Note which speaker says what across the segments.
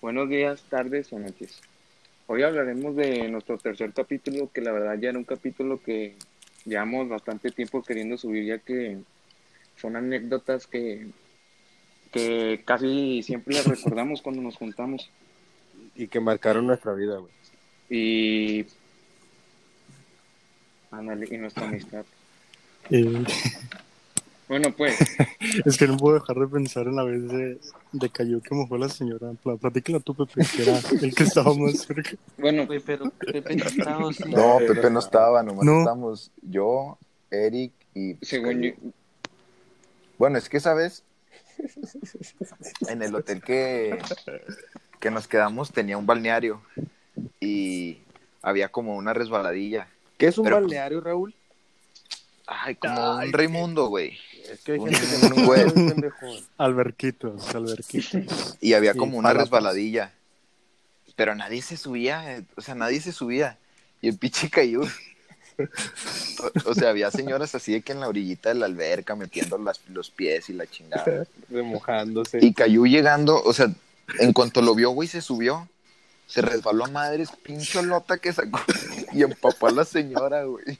Speaker 1: Buenos días, tardes o noches. Hoy hablaremos de nuestro tercer capítulo, que la verdad ya era un capítulo que llevamos bastante tiempo queriendo subir, ya que son anécdotas que, que casi siempre las recordamos cuando nos juntamos.
Speaker 2: Y que marcaron nuestra vida, güey.
Speaker 1: Y, ándale, y nuestra amistad.
Speaker 3: Y
Speaker 1: Bueno, pues,
Speaker 3: Eh, es que no puedo dejar de pensar en la vez de, de cayó que mojó la señora. Pla- Platícala tú, Pepe, que era el que estaba más cerca.
Speaker 1: bueno,
Speaker 4: Güey, pero Pepe no estaba, ¿o sí?
Speaker 5: No, Pepe no estaba, nomás
Speaker 3: No.
Speaker 5: estábamos yo, Eric y...
Speaker 1: según yo,
Speaker 5: Bueno, es que esa vez, en el hotel que, que nos quedamos tenía un balneario y había como una resbaladilla.
Speaker 2: ¿Qué es un
Speaker 5: Pero-
Speaker 2: balneario, Raúl?
Speaker 5: Ay, como un Raimundo, güey.
Speaker 2: Es que hay
Speaker 5: Un-
Speaker 2: gente que
Speaker 5: un
Speaker 2: no
Speaker 5: güey.
Speaker 2: sabe, pendejo.
Speaker 3: Alberquitos, alberquitos.
Speaker 5: Y había
Speaker 2: Sí,
Speaker 5: como una
Speaker 2: palapas.
Speaker 5: resbaladilla. Pero nadie se subía, eh, o sea, nadie se subía. Y el pinche cayó. O, o sea, había señoras así de que en la orillita de la alberca metiendo las- los pies y la chingada.
Speaker 2: Remojándose.
Speaker 5: Y cayó llegando, o sea, en cuanto lo vio, güey, se subió. Se resbaló a madres, pincho lota que sacó y empapó a la señora, güey.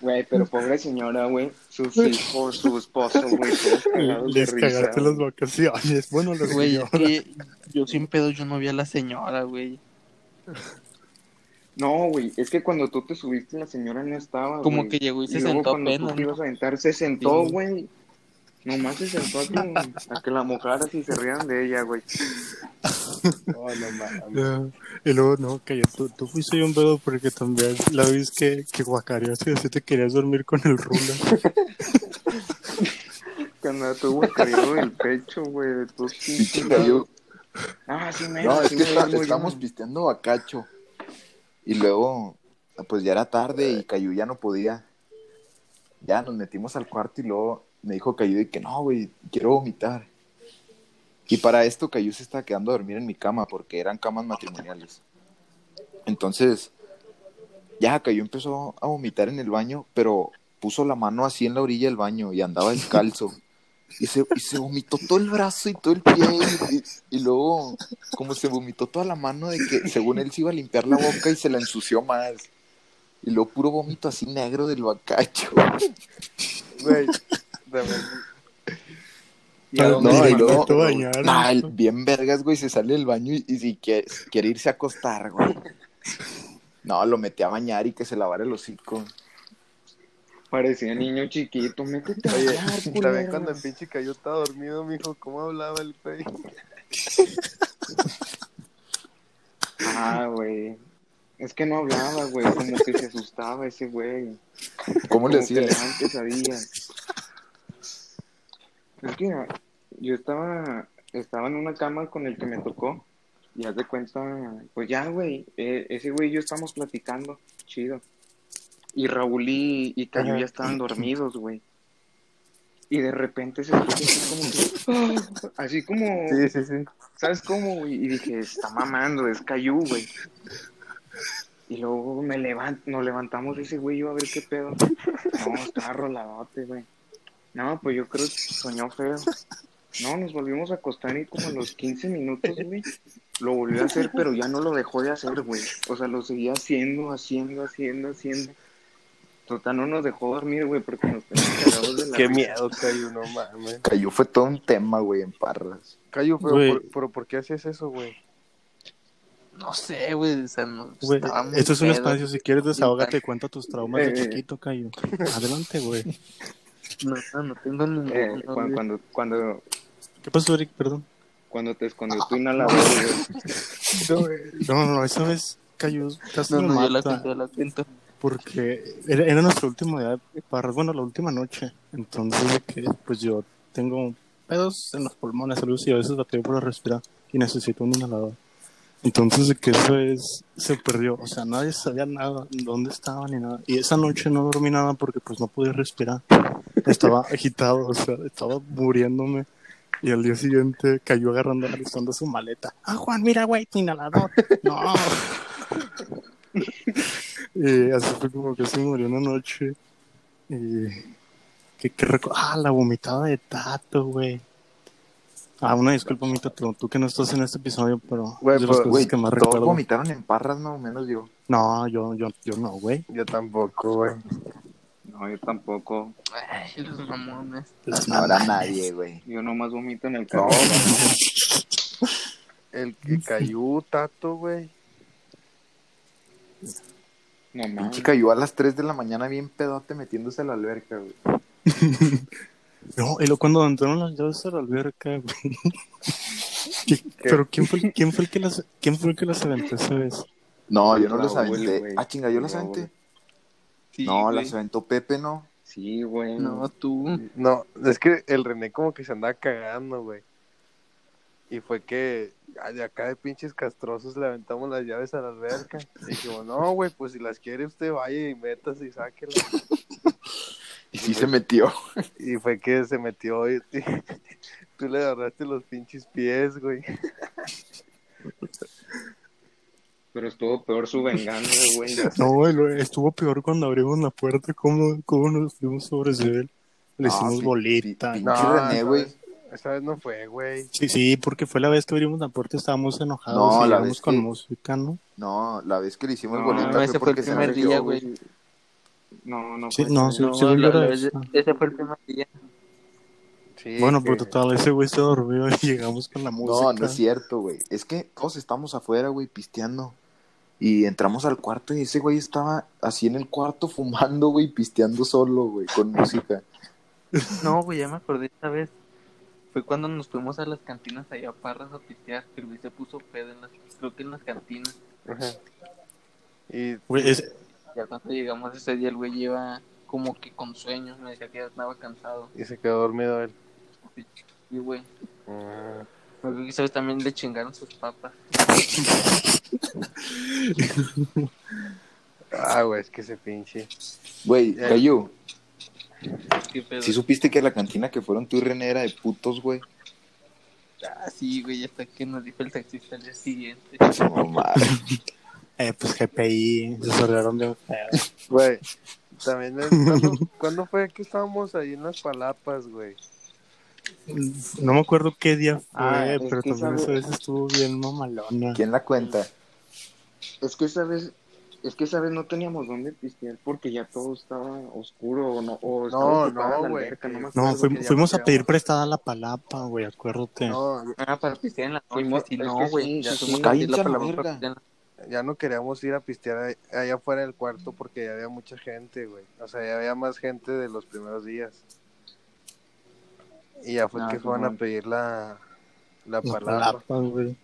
Speaker 1: güey, pero pobre señora, güey, sus hijos, su esposo, güey, todos cagados de
Speaker 3: Les
Speaker 1: risa.
Speaker 3: cagaste las vacaciones. Bueno, la
Speaker 4: Güey, es
Speaker 3: señora.
Speaker 4: que yo sin pedo yo no vi a la señora, güey.
Speaker 1: No, güey, es que cuando tú te subiste la señora no estaba,
Speaker 4: Como
Speaker 1: güey.
Speaker 4: que llegó y se
Speaker 1: luego
Speaker 4: sentó
Speaker 1: cuando tú
Speaker 4: apenas.
Speaker 1: te
Speaker 4: ¿no?
Speaker 1: ibas a aventar, se sentó,
Speaker 4: Sí.
Speaker 1: güey. Nomás se sentó a que, a que la mojaras y se rieran de ella, güey.
Speaker 2: No, Oh, no mames.
Speaker 3: Ah, Y luego, no, cayó. Tú, tú fuiste un pedo porque también la vez que, que guacareaste así te querías dormir con el rula.
Speaker 1: Cuando tuvo caído del pecho, güey, de tus pinches lados. Ah, sí, me
Speaker 5: No, es
Speaker 1: sí
Speaker 5: que
Speaker 1: me
Speaker 5: está-
Speaker 1: duele,
Speaker 5: estamos
Speaker 1: güey.
Speaker 5: pisteando a cacho. Y luego, pues ya era tarde y Cayu ya no podía. Ya nos metimos al cuarto y luego me dijo Cayu de que no, güey, quiero vomitar. Y para esto Cayu se estaba quedando a dormir en mi cama porque eran camas matrimoniales. Entonces, ya Cayu empezó a vomitar en el baño, pero puso la mano así en la orilla del baño y andaba descalzo. Y se, y se vomitó todo el brazo y todo el pie. y- y- y luego como se vomitó toda la mano de que según él se iba a limpiar la boca y se la ensució más. Y luego puro vómito así negro del bacacho.
Speaker 2: Güey, también.
Speaker 1: ¿Y a dónde
Speaker 3: No,
Speaker 1: se
Speaker 3: y
Speaker 1: mandó?
Speaker 3: luego- bañar.
Speaker 5: Nah, el- bien vergas, güey, se sale del baño y, y si quiere, si quiere irse a acostar, güey. No, lo metí a bañar y que se lavara el hocico.
Speaker 1: Parecía niño chiquito, métete a
Speaker 2: Oye,
Speaker 1: bañar,
Speaker 2: también
Speaker 1: culero.
Speaker 2: cuando el pinche cayó estaba dormido, mijo, ¿cómo hablaba el güey?
Speaker 1: Ah, güey. Es que no hablaba, güey, como que se asustaba ese güey.
Speaker 5: ¿Cómo
Speaker 1: Como
Speaker 5: le
Speaker 1: que
Speaker 5: hacía?
Speaker 1: daban pesadillas. Es que mira, yo estaba, estaba en una cama con el que me tocó y haz de cuenta, pues ya, güey, eh, ese güey y yo estamos platicando, chido. Y Raúl y, y Cayo ya estaban dormidos, güey. Y de repente se escucha así como que, así como,
Speaker 2: Sí, sí, sí.
Speaker 1: ¿Sabes cómo, güey? Y dije, está mamando, es Cayú, güey. Y luego me levan- nos levantamos ese güey, yo a ver qué pedo. No, estaba roladote, güey. No, pues yo creo que soñó feo. No, nos volvimos a acostar y como a los 15 minutos, güey, lo volvió a hacer, pero ya no lo dejó de hacer, güey. O sea, lo seguía haciendo, haciendo, haciendo, haciendo. Total, no nos dejó dormir, güey, porque nos teníamos cagados de la
Speaker 2: Qué
Speaker 1: risa.
Speaker 2: miedo, cayó, no mames.
Speaker 5: Cayó, fue todo un tema, güey, en parras.
Speaker 2: Cayó, pero,
Speaker 3: Güey.
Speaker 2: por, pero ¿por qué hacías eso, güey?
Speaker 4: No sé, güey. O sea, no,
Speaker 3: Güey,
Speaker 4: estaba muy
Speaker 3: esto es un
Speaker 4: pedo.
Speaker 3: espacio. Si quieres, desahógate, cuenta tus traumas de chiquito, Cayo. Adelante, güey.
Speaker 4: No, no, no tengo ningún.
Speaker 1: Eh,
Speaker 4: no,
Speaker 1: cuando,
Speaker 4: güey.
Speaker 1: cuando, cuando,
Speaker 3: ¿Qué pasó, Eric? Perdón.
Speaker 1: cuando te escondió tu inhalador, güey.
Speaker 3: No, no, no, esa vez cayó casi
Speaker 4: No,
Speaker 3: me
Speaker 4: no, yo la
Speaker 3: mata,
Speaker 4: cuento, yo la cuento.
Speaker 3: porque era, era nuestro último día de parras, bueno, la última noche, entonces de que, pues yo tengo pedos en los pulmones, algo así, a veces bateo para respirar y necesito un inhalador. Entonces de que eso es, se perdió, o sea, nadie sabía nada, dónde estaba ni nada. Y esa noche no dormí nada porque pues no podía respirar, estaba agitado, o sea, estaba muriéndome. Y al día siguiente cayó agarrando, alistando su maleta. Ah, Juan, mira, güey, tu inhalador. No. y así fue como que se murió una noche. Y que, que recu- Ah, la vomitada de Tato, güey. Ah, una disculpa, Mita, tú, tú que no estás en este episodio, pero
Speaker 2: Güey,
Speaker 3: es de las
Speaker 2: pues,
Speaker 3: cosas
Speaker 5: Güey,
Speaker 3: que más
Speaker 5: todos
Speaker 3: recuerdo.
Speaker 5: vomitaron en parras, no, menos yo.
Speaker 3: No, yo, yo, yo no, güey.
Speaker 2: Yo tampoco, güey.
Speaker 1: No, yo tampoco.
Speaker 4: Ay, los mamones.
Speaker 3: Las
Speaker 5: No habrá nadie, güey.
Speaker 1: Yo nomás vomito en el
Speaker 2: No,
Speaker 1: carro.
Speaker 2: el que cayó, Tato, güey.
Speaker 1: No, mames.
Speaker 5: Pinche cayó a las 3 de la mañana bien pedote metiéndose a la alberca, güey.
Speaker 3: No, y lo cuando entraron las llaves a la alberca, güey. ¿Qué- Pero quién fue, el- quién fue el que las, quién fue el que las aventó esa vez?
Speaker 5: No, yo no
Speaker 1: Raúl,
Speaker 5: las aventé.
Speaker 1: güey.
Speaker 5: Ah, chinga, yo las
Speaker 1: Raúl.
Speaker 5: aventé.
Speaker 4: Sí,
Speaker 5: no,
Speaker 4: güey.
Speaker 5: las aventó Pepe, no.
Speaker 1: Sí, güey.
Speaker 4: No, tú.
Speaker 2: No, es que el René como que se andaba cagando, güey. Y fue que ah, de acá de pinches castrosos le aventamos las llaves a la alberca. Y dijimos, no, güey, pues si las quiere usted vaya y métase y sáquela.
Speaker 5: Y sí se metió.
Speaker 2: Y fue que se metió y tú le agarraste los pinches pies, güey.
Speaker 1: Pero estuvo peor su venganza, güey.
Speaker 3: No, güey, lo- estuvo peor cuando abrimos la puerta, cómo, cómo nos fuimos sobre él. Le
Speaker 5: No,
Speaker 3: hicimos
Speaker 5: pi-
Speaker 3: bolita.
Speaker 5: pi-
Speaker 3: ¿no?
Speaker 5: Pinche René,
Speaker 2: esa
Speaker 5: güey.
Speaker 2: vez- Esa vez no fue, güey.
Speaker 3: Sí, sí, porque fue la vez que abrimos la puerta, estábamos enojados
Speaker 5: No,
Speaker 3: y
Speaker 5: la
Speaker 3: llegamos
Speaker 5: vez
Speaker 3: con
Speaker 5: que-
Speaker 3: música, ¿no?
Speaker 5: No, la vez que le hicimos
Speaker 1: No,
Speaker 5: bolita
Speaker 1: no,
Speaker 5: fue
Speaker 4: ese fue el
Speaker 5: porque se
Speaker 4: primer
Speaker 5: metió,
Speaker 4: día,
Speaker 5: güey.
Speaker 4: güey.
Speaker 1: No, no.
Speaker 3: Sí,
Speaker 1: fue
Speaker 3: no,
Speaker 1: ese.
Speaker 3: sí, sí, güey,
Speaker 4: la-
Speaker 3: era
Speaker 4: la
Speaker 3: esa.
Speaker 4: vez- ese fue el primer día.
Speaker 2: Sí,
Speaker 3: Bueno,
Speaker 2: que-
Speaker 3: por total, ese güey se durmió y llegamos con la música.
Speaker 5: No, no es cierto, güey. Es que todos estamos afuera, güey, pisteando. Y entramos al cuarto y ese güey estaba así en el cuarto fumando, güey, pisteando solo, güey, con música.
Speaker 4: No, güey, ya me acordé esta vez. Fue cuando nos fuimos a las cantinas allá a Parras a pistear, que Luis se puso pedo en las, creo que en las cantinas.
Speaker 2: Ajá. Y
Speaker 3: Güey, es-
Speaker 4: Ya cuando llegamos ese día el güey lleva como que con sueños, me decía que ya estaba cansado.
Speaker 2: Y se quedó dormido él.
Speaker 4: Y güey, me acuerdo que esa vez también le chingaron sus papas.
Speaker 2: Ah, güey, es que ese pinche.
Speaker 5: Güey,
Speaker 2: Eh.
Speaker 5: Cayu,
Speaker 4: ¿Qué pedo?
Speaker 5: si supiste que la cantina que fueron tú y René era de putos, güey?
Speaker 4: Ah, sí, güey, hasta que nos dijo el taxista al día siguiente.
Speaker 5: No mames.
Speaker 3: eh, pues GPI, se sordearon de
Speaker 2: Güey, también. es- ¿cuándo, cuándo fue que estábamos ahí en las palapas, güey?
Speaker 3: No me acuerdo qué día fue,
Speaker 1: Ah, es
Speaker 3: pero
Speaker 1: que
Speaker 3: también
Speaker 1: esa
Speaker 3: esa
Speaker 1: vez-
Speaker 3: vez estuvo bien mamalona.
Speaker 5: ¿Quién la cuenta?
Speaker 1: Es que esa vez, es que esa vez no teníamos dónde pistear porque ya todo estaba oscuro o no, o estaba
Speaker 2: No,
Speaker 1: ocupada
Speaker 2: no,
Speaker 1: la
Speaker 2: güey,
Speaker 1: alberca,
Speaker 2: que-
Speaker 1: no me acuerdo.
Speaker 3: No,
Speaker 2: Algo
Speaker 3: fuim-
Speaker 2: que ya
Speaker 3: fuimos a
Speaker 2: pasaba.
Speaker 3: pedir prestada la palapa, güey, acuérdate.
Speaker 2: No,
Speaker 4: Ah, para pistear en la noche.
Speaker 1: Fuimos-
Speaker 4: Sí,
Speaker 1: es
Speaker 4: no,
Speaker 1: que
Speaker 4: güey.
Speaker 1: sí,
Speaker 4: ya
Speaker 1: sí,
Speaker 4: fuimos
Speaker 1: sí.
Speaker 4: a pedir la
Speaker 5: Cállense a la
Speaker 4: palabra para
Speaker 5: verga.
Speaker 4: pistear en la-
Speaker 2: ya no queríamos ir a pistear ahí- allá afuera del cuarto porque ya había mucha gente, güey. O sea, ya había más gente de los primeros días. Y ya fue
Speaker 4: Ah,
Speaker 2: que fueron a
Speaker 4: Simón.
Speaker 2: pedir la, la
Speaker 3: La
Speaker 2: palabra.
Speaker 3: palapa, güey.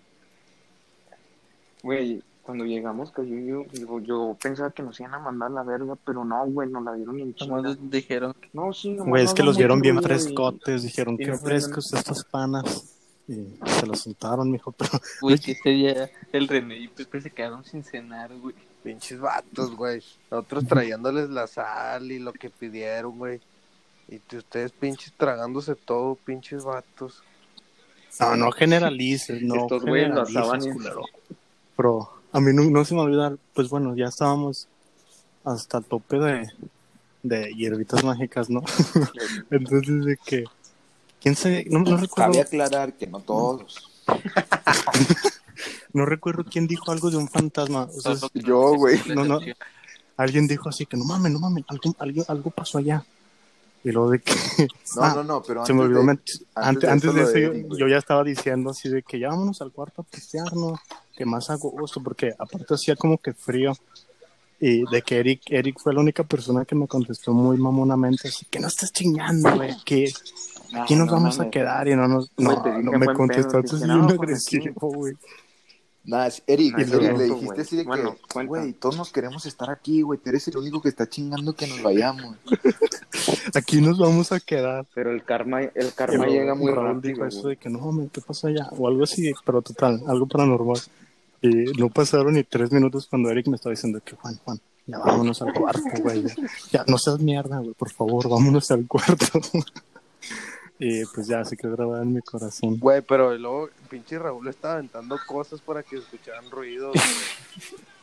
Speaker 1: Güey, cuando llegamos, que yo, yo, yo pensaba que nos iban a mandar la verga, pero no, güey, nos la dieron en
Speaker 4: Nomás
Speaker 1: chinga.
Speaker 4: nos dijeron que
Speaker 1: No, sí, nomás
Speaker 3: Güey, es
Speaker 1: nos
Speaker 3: que los
Speaker 1: damos
Speaker 3: vieron bien
Speaker 1: ruido y-
Speaker 3: frescotes, dijeron,
Speaker 1: y
Speaker 3: qué
Speaker 1: nos
Speaker 3: frescos estos panas. Y se los sentaron, mijo, pero
Speaker 4: Güey, que ese día el René y Pepe se quedaron sin cenar, güey.
Speaker 2: Pinches vatos, güey. Nosotros trayéndoles la sal y lo que pidieron, güey. Y t- ustedes pinches tragándose todo, pinches vatos.
Speaker 3: No, no generalices, no
Speaker 1: Estos güeyes lo
Speaker 3: generalices,
Speaker 1: asaban en-
Speaker 3: culero. Pero a mí no, no se me va a olvidar, pues bueno, ya estábamos hasta el tope de, de hierbitas mágicas, ¿no? Entonces de que, quién sabe, no, no recuerdo,
Speaker 5: Cabe aclarar que no todos.
Speaker 3: no recuerdo quién dijo algo de un fantasma. O sea,
Speaker 4: Nosotros,
Speaker 5: yo, güey.
Speaker 3: No, no.
Speaker 4: Ah,
Speaker 3: alguien dijo así que no mames, no mames, algo, algo, algo pasó allá. Y luego de que
Speaker 5: No,
Speaker 3: Ah,
Speaker 5: no, no, pero
Speaker 3: se me olvidó,
Speaker 5: de-
Speaker 3: men- antes, antes de
Speaker 5: lo
Speaker 3: eso, yo-
Speaker 5: Eric,
Speaker 3: yo,
Speaker 5: güey.
Speaker 3: ya estaba diciendo así de que ya vámonos al cuarto a pistearnos, que más a gusto, porque aparte hacía como que frío. Y de que Eric, Eric fue la única persona que me contestó muy mamonamente, así que no estás chingando, güey, que aquí nos
Speaker 1: Ah, No,
Speaker 3: vamos a
Speaker 1: mames.
Speaker 3: quedar y no nos... No,
Speaker 1: Güey, te dije
Speaker 3: no me
Speaker 1: buen
Speaker 3: contestó,
Speaker 1: pedo,
Speaker 3: entonces
Speaker 1: dije,
Speaker 3: bien
Speaker 1: no, pues,
Speaker 3: agresivo, güey.
Speaker 5: Nada, es- Eric,
Speaker 1: No, es
Speaker 5: Eric,
Speaker 1: cierto,
Speaker 5: le
Speaker 1: güey.
Speaker 5: dijiste así de que,
Speaker 1: Bueno, cuenta.
Speaker 5: güey, todos nos queremos estar aquí, güey, tú eres el único que está chingando que nos vayamos.
Speaker 3: Aquí nos vamos a quedar.
Speaker 1: Pero el karma, el
Speaker 3: Y
Speaker 1: karma
Speaker 3: luego
Speaker 1: llega muy
Speaker 3: Raúl
Speaker 1: rápido,
Speaker 3: dijo eso
Speaker 1: güey.
Speaker 3: de que no, mames, ¿qué pasó allá? O algo así, pero total, algo paranormal. Y no pasaron ni tres minutos cuando Eric me estaba diciendo que Juan, Juan, ya vámonos al cuarto, güey. Ya, ya, no seas mierda, güey, por favor, vámonos al cuarto. y pues ya se quedó grabada en mi corazón.
Speaker 2: Güey, pero luego pinche Raúl estaba aventando cosas para que escucharan ruidos.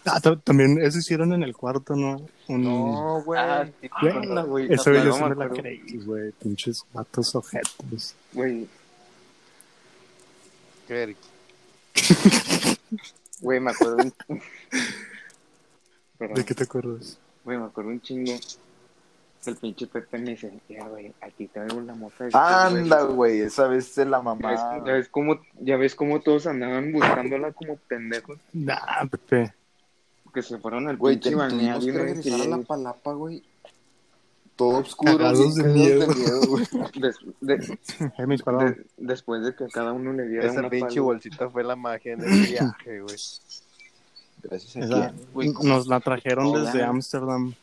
Speaker 3: Ah, ta- también eso hicieron en el cuarto, ¿no? Un-
Speaker 2: No, güey.
Speaker 4: Ah, sí,
Speaker 3: Güey,
Speaker 4: con
Speaker 1: la- güey,
Speaker 3: Eso
Speaker 1: no,
Speaker 3: yo
Speaker 1: no
Speaker 3: sí
Speaker 1: me
Speaker 3: me la
Speaker 1: acuerdo.
Speaker 3: creí, güey, pinches matos ojetos.
Speaker 1: Güey,
Speaker 2: Eric.
Speaker 1: Güey, me acuerdo un... Perdón.
Speaker 3: ¿De qué te acuerdas?
Speaker 1: Güey, me acuerdo un chingo. El pinche Pepe me dice, "Mira, güey, aquí traigo la moza de...
Speaker 5: Anda, güey, esa vez se
Speaker 1: Ya
Speaker 5: la
Speaker 1: ves,
Speaker 5: mamá.
Speaker 1: ya ves cómo, ya ves cómo todos andaban buscándola como pendejos.
Speaker 3: Nah, Pepe.
Speaker 1: Que se fueron al
Speaker 5: Güey,
Speaker 1: pinche
Speaker 5: tuvimos
Speaker 1: balneario.
Speaker 5: que
Speaker 1: y no
Speaker 5: regresar a la
Speaker 1: decidieron.
Speaker 5: palapa, güey. Todo oscuro,
Speaker 3: Cagados
Speaker 5: bien
Speaker 3: de
Speaker 5: cagados de miedo, güey.
Speaker 1: Des- de-
Speaker 3: Ahí me dispararon.
Speaker 1: de- después de que a cada uno le diera
Speaker 2: Esa
Speaker 1: una
Speaker 2: pinche
Speaker 1: pala.
Speaker 2: bolsita fue la magia en el viaje, güey.
Speaker 5: Gracias a
Speaker 3: Esa-
Speaker 5: quién.
Speaker 4: Güey, ¿cómo?
Speaker 3: nos la trajeron
Speaker 5: Hola.
Speaker 3: desde Ámsterdam.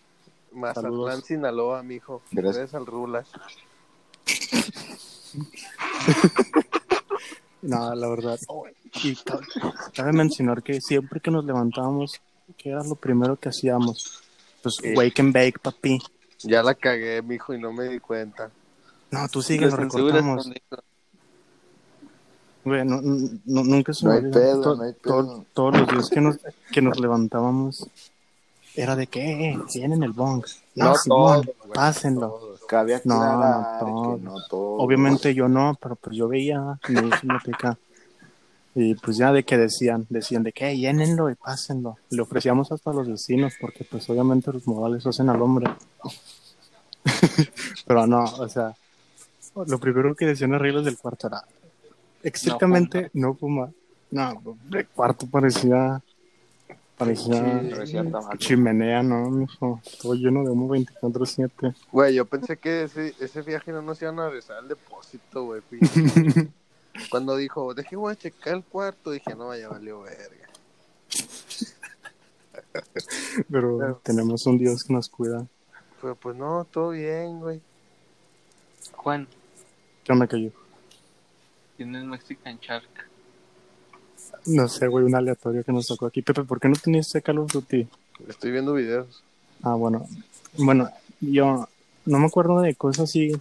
Speaker 2: Mazatlán,
Speaker 3: Saludos.
Speaker 2: Sinaloa, mijo.
Speaker 5: Gracias.
Speaker 2: Gracias al Rulas.
Speaker 3: No, la verdad. Y ca- cabe mencionar que siempre que nos levantábamos, ¿qué era lo primero que hacíamos? Pues
Speaker 2: Eh.
Speaker 3: wake and bake, papi.
Speaker 2: Ya la cagué, mijo, y no me di cuenta.
Speaker 3: No, tú sigue, nos
Speaker 4: Lo censuras
Speaker 3: recortamos.
Speaker 4: cuando dijo,
Speaker 3: Güey, no- n- no- nunca se
Speaker 5: No
Speaker 3: me
Speaker 5: hay
Speaker 3: olvida.
Speaker 5: pedo,
Speaker 3: To-
Speaker 5: no hay
Speaker 3: to-
Speaker 5: pedo.
Speaker 3: todos los días que nos, que nos levantábamos, era de que "Eh, tienen el bong. No,
Speaker 2: No
Speaker 3: Simón,
Speaker 2: todos, güey,
Speaker 3: pásenlo.
Speaker 5: Cabe
Speaker 3: No, no,
Speaker 5: aclarar
Speaker 3: todo.
Speaker 5: que no todo.
Speaker 3: Obviamente yo no, pero pues yo veía mi biblioteca. Y pues ya de que decían, decían de que "Hey, llénenlo y pásenlo. Le ofrecíamos hasta a los vecinos, porque pues obviamente los modales hacen al hombre. pero no, o sea, lo primero que decían las reglas del cuarto era exactamente no fumar. No, el cuarto parecía, parecía
Speaker 1: Pero es cierto, Marco.
Speaker 3: chimenea, ¿no? mijo? Todo lleno de humo 24-7.
Speaker 2: Güey, yo pensé que ese, ese viaje no nos iban a regresar al depósito, güey. pinche. Cuando dijo, deje, voy a checar el cuarto, dije, no, ya valió verga.
Speaker 3: Pero
Speaker 2: Claro.
Speaker 3: tenemos un Dios que nos cuida.
Speaker 2: Pero pues no, todo bien, güey.
Speaker 4: Juan,
Speaker 3: ¿Qué onda cayó?
Speaker 4: tienes Mexican Shark.
Speaker 3: No sé, güey, un aleatorio que nos tocó aquí. Pepe, ¿por qué no tenías ese Call of Duty?
Speaker 2: Estoy viendo videos.
Speaker 3: Ah, bueno. Bueno, yo no me acuerdo de cosas así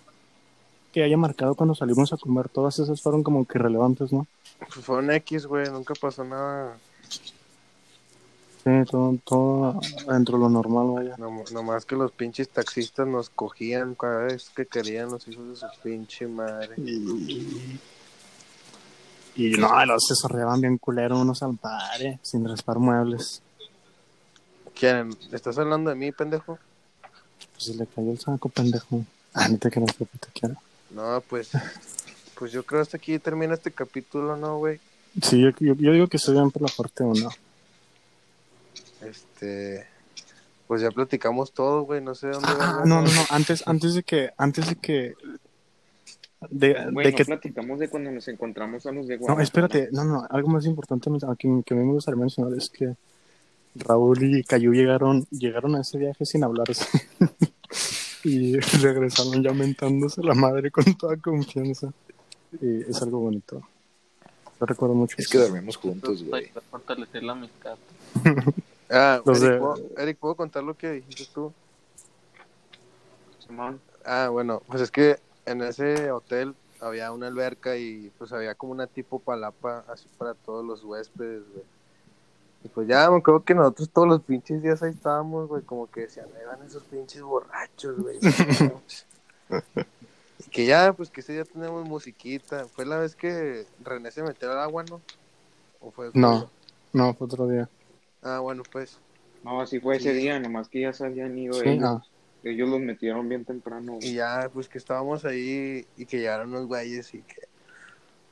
Speaker 3: que haya marcado cuando salimos a comer. Todas esas fueron como que relevantes, ¿no?
Speaker 2: Pues fueron X, güey, nunca pasó nada.
Speaker 3: Sí, todo, todo dentro de lo normal, vaya.
Speaker 2: No, nomás que los pinches taxistas nos cogían cada vez que querían los hijos de su pinche madre.
Speaker 3: Y, y no, los se sorreaban bien culero unos al padre, sin raspar muebles.
Speaker 2: ¿Quién? ¿Estás hablando de mí, pendejo?
Speaker 3: Pues se le cayó el saco, pendejo. Ah, no te creas, Pepe, te quiero.
Speaker 2: No, pues. Pues yo creo hasta aquí termina este capítulo, ¿no, güey?
Speaker 3: Sí, yo, yo, yo digo que estoy bien por la parte 1.
Speaker 2: Este. Pues ya platicamos todo, güey. No sé dónde.
Speaker 3: Ah,
Speaker 2: va.
Speaker 3: no, no, no, antes, antes de que, antes de que, de, de
Speaker 1: Güey, no
Speaker 3: que,
Speaker 1: platicamos de cuando nos encontramos a los de
Speaker 3: no,
Speaker 1: Guadalajara.
Speaker 3: espérate, no, no, algo más importante me- que, que a mí me gustaría mencionar es que Raúl y Cayu llegaron, llegaron a ese viaje sin hablarse y regresaron ya mentándose la madre con toda confianza y es algo bonito. Yo recuerdo mucho.
Speaker 5: Es que dormimos juntos,
Speaker 4: Entonces,
Speaker 5: güey.
Speaker 4: para fortalecer la amistad.
Speaker 2: Ah,
Speaker 3: Los
Speaker 2: Eric,
Speaker 3: de-
Speaker 2: ¿puedo, Eric, ¿puedo contar lo que dijiste tú?
Speaker 1: Simón.
Speaker 2: Ah, bueno, pues es que en ese hotel había una alberca y pues había como una tipo palapa así para todos los huéspedes, güey. Y pues ya me acuerdo que nosotros todos los pinches días ahí estábamos, güey, como que decían, ahí van esos pinches borrachos, güey. y que ya, pues que ese día tenemos musiquita. Fue la vez que René se metió al agua, ¿no? ¿O fue
Speaker 3: No, no, fue otro día.
Speaker 2: Ah, bueno, pues.
Speaker 1: No, así fue ese día, nomás que ya se habían ido
Speaker 3: Sí,
Speaker 1: ellos.
Speaker 3: ah,
Speaker 1: Ellos los metieron bien temprano.
Speaker 2: Y ya, pues que estábamos ahí y que llegaron los güeyes y que.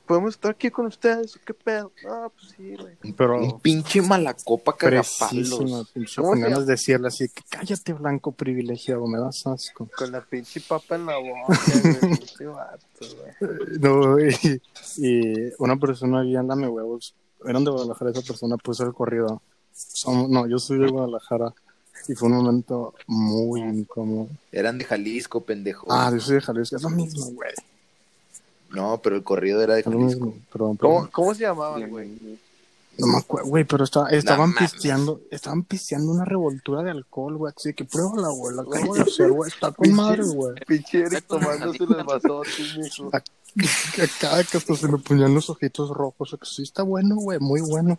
Speaker 2: ¿Podemos estar aquí con ustedes? ¿Qué pedo? Ah, pues sí, güey.
Speaker 3: pero
Speaker 5: Un pinche malacopa
Speaker 3: Precisísima,
Speaker 5: cagapalos.
Speaker 3: pinche,
Speaker 2: ¿Cómo
Speaker 3: con
Speaker 2: se
Speaker 3: ganas
Speaker 2: llama?
Speaker 3: de decirle así que cállate blanco privilegiado, me das asco.
Speaker 2: Con la pinche papa en la boca, güey. pinche vato, güey.
Speaker 3: No, y, y una persona bien andame huevos, eran de Guadalajara, esa persona puso el corrido. Som- no, yo soy de Guadalajara y fue un momento muy incómodo.
Speaker 5: Eran de Jalisco, pendejo.
Speaker 3: Ah, yo soy de Jalisco, es lo mismo, güey.
Speaker 5: No, pero el corrido era de
Speaker 3: Es lo
Speaker 5: Jalisco.
Speaker 3: mismo, perdón,
Speaker 2: ¿Cómo,
Speaker 3: perdón.
Speaker 2: ¿Cómo se llamaban, güey?
Speaker 1: güey.
Speaker 3: No me acuerdo, güey, pero estaba- estaban
Speaker 5: mames.
Speaker 3: pisteando, estaban pisteando una revoltura de alcohol, güey, así que pruébala, güey, la acabo de hacer, güey, está con madre, güey.
Speaker 2: Pinche Eric tomándose los vasotes, mijo.
Speaker 3: Acá que hasta se me ponían los ojitos rojos, o que sí está bueno, güey, muy bueno.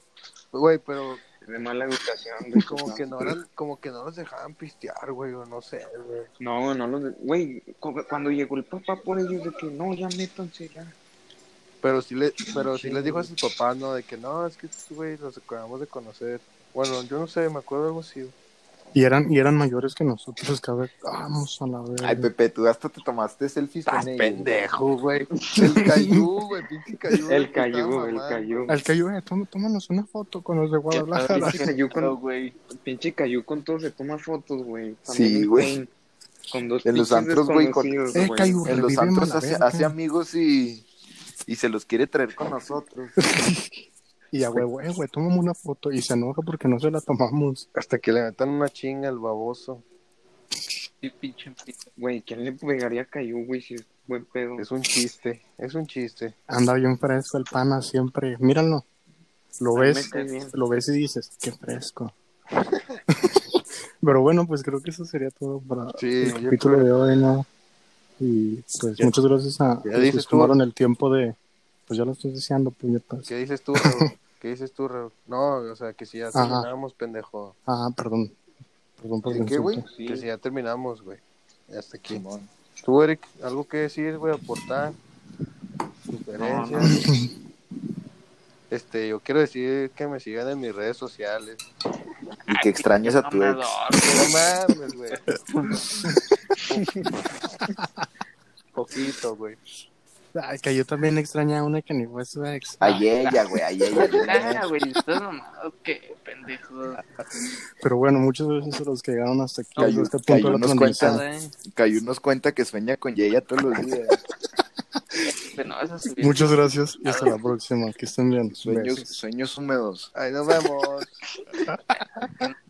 Speaker 2: Güey, pero
Speaker 1: De mala educación. güey.
Speaker 2: como que no eran, como que no los dejaban pistear, güey, o no sé, güey.
Speaker 1: No, no los. Güey, cu- cuando llegó el papá por ellos, de que no, ya métanse ya.
Speaker 2: Pero sí, le, pero sí les dijo a sus papás, ¿no? De que no, es que estos güeyes los acabamos de conocer. Bueno, yo no sé, me acuerdo algo así.
Speaker 3: Y eran, y eran mayores que nosotros, cabrón. Vamos a la verga.
Speaker 5: Ay, Pepe, tú hasta te tomaste selfies
Speaker 2: Estás
Speaker 5: con ellos.
Speaker 2: pendejo, güey. El cayú, güey, pinche cayú.
Speaker 1: El cayú, el cayú.
Speaker 3: Al que yo, eh, toma- tómanos una foto con los de Guadalajara.
Speaker 1: Ah, pinche cayú
Speaker 4: Pero,
Speaker 1: con,
Speaker 4: güey,
Speaker 1: pinche cayú con todo se toma fotos, güey.
Speaker 5: Sí,
Speaker 1: También,
Speaker 5: güey.
Speaker 1: Con dos
Speaker 5: En los
Speaker 1: pinches
Speaker 5: antros, güey, con-
Speaker 1: desconocidos,
Speaker 3: Eh,
Speaker 1: güey.
Speaker 3: cayú.
Speaker 5: En los
Speaker 3: Reviven
Speaker 5: antros
Speaker 3: la
Speaker 5: hace,
Speaker 3: verga.
Speaker 5: hace amigos y, y se los quiere traer con nosotros.
Speaker 3: Y a huevo, eh, güey, tomamos una foto. Y se enoja porque no se la tomamos.
Speaker 2: Hasta que le metan una chinga al baboso.
Speaker 4: sí, pinche empito.
Speaker 1: Güey, ¿quién le pegaría a cayú, güey? Si es buen pedo.
Speaker 2: Es un chiste, es un chiste.
Speaker 3: Anda bien fresco el pana siempre. Míralo. Lo
Speaker 1: Ah,
Speaker 3: ves,
Speaker 1: me cae bien.
Speaker 3: lo ves y dices, qué fresco. Pero bueno, pues creo que eso sería todo para
Speaker 2: Sí,
Speaker 3: el
Speaker 2: yo
Speaker 3: capítulo de hoy, ¿no? Y pues
Speaker 2: Ya-
Speaker 3: muchas gracias a
Speaker 2: ya
Speaker 3: los que
Speaker 2: dices
Speaker 3: se
Speaker 2: tú.
Speaker 3: tomaron el tiempo de. Pues ya lo estoy deseando, puñetas.
Speaker 2: ¿Qué dices tú, Raúl? ¿Qué dices tú, Raúl? No, o sea, que si ya
Speaker 3: Ajá.
Speaker 2: terminamos, pendejo.
Speaker 3: Ah, perdón. Perdón por
Speaker 2: ¿Sí,
Speaker 3: el
Speaker 2: qué, güey?
Speaker 3: insulto.
Speaker 1: Sí.
Speaker 2: Que si ya terminamos, güey. Hasta aquí.
Speaker 5: Simón.
Speaker 2: Tú, Eric, algo que decir, güey, aportar. Sugerencias.
Speaker 1: No,
Speaker 2: Este, yo quiero decir que me sigan en mis redes sociales.
Speaker 5: Y que extrañes a tu ex.
Speaker 2: No
Speaker 4: Mamador.
Speaker 2: mames, güey. Poquito, güey.
Speaker 3: Ay, que yo también extraña a una que ni fue su ex.
Speaker 5: A ella, güey, a ella.
Speaker 4: Ah, güey, estás mamado, qué pendejo.
Speaker 3: Pero bueno, muchas gracias a los que llegaron hasta aquí,
Speaker 5: Cayó-
Speaker 3: hasta este punto
Speaker 5: cayó
Speaker 3: de la
Speaker 5: unos
Speaker 3: transmisión.
Speaker 4: Nada, eh.
Speaker 5: Cayú nos cuenta que sueña con ella todos los días.
Speaker 4: Pero no, eso sí.
Speaker 3: Muchas gracias y hasta la próxima. Que estén bien.
Speaker 5: Sueños,
Speaker 3: Besos.
Speaker 5: sueños húmedos.
Speaker 2: Ahí nos vemos.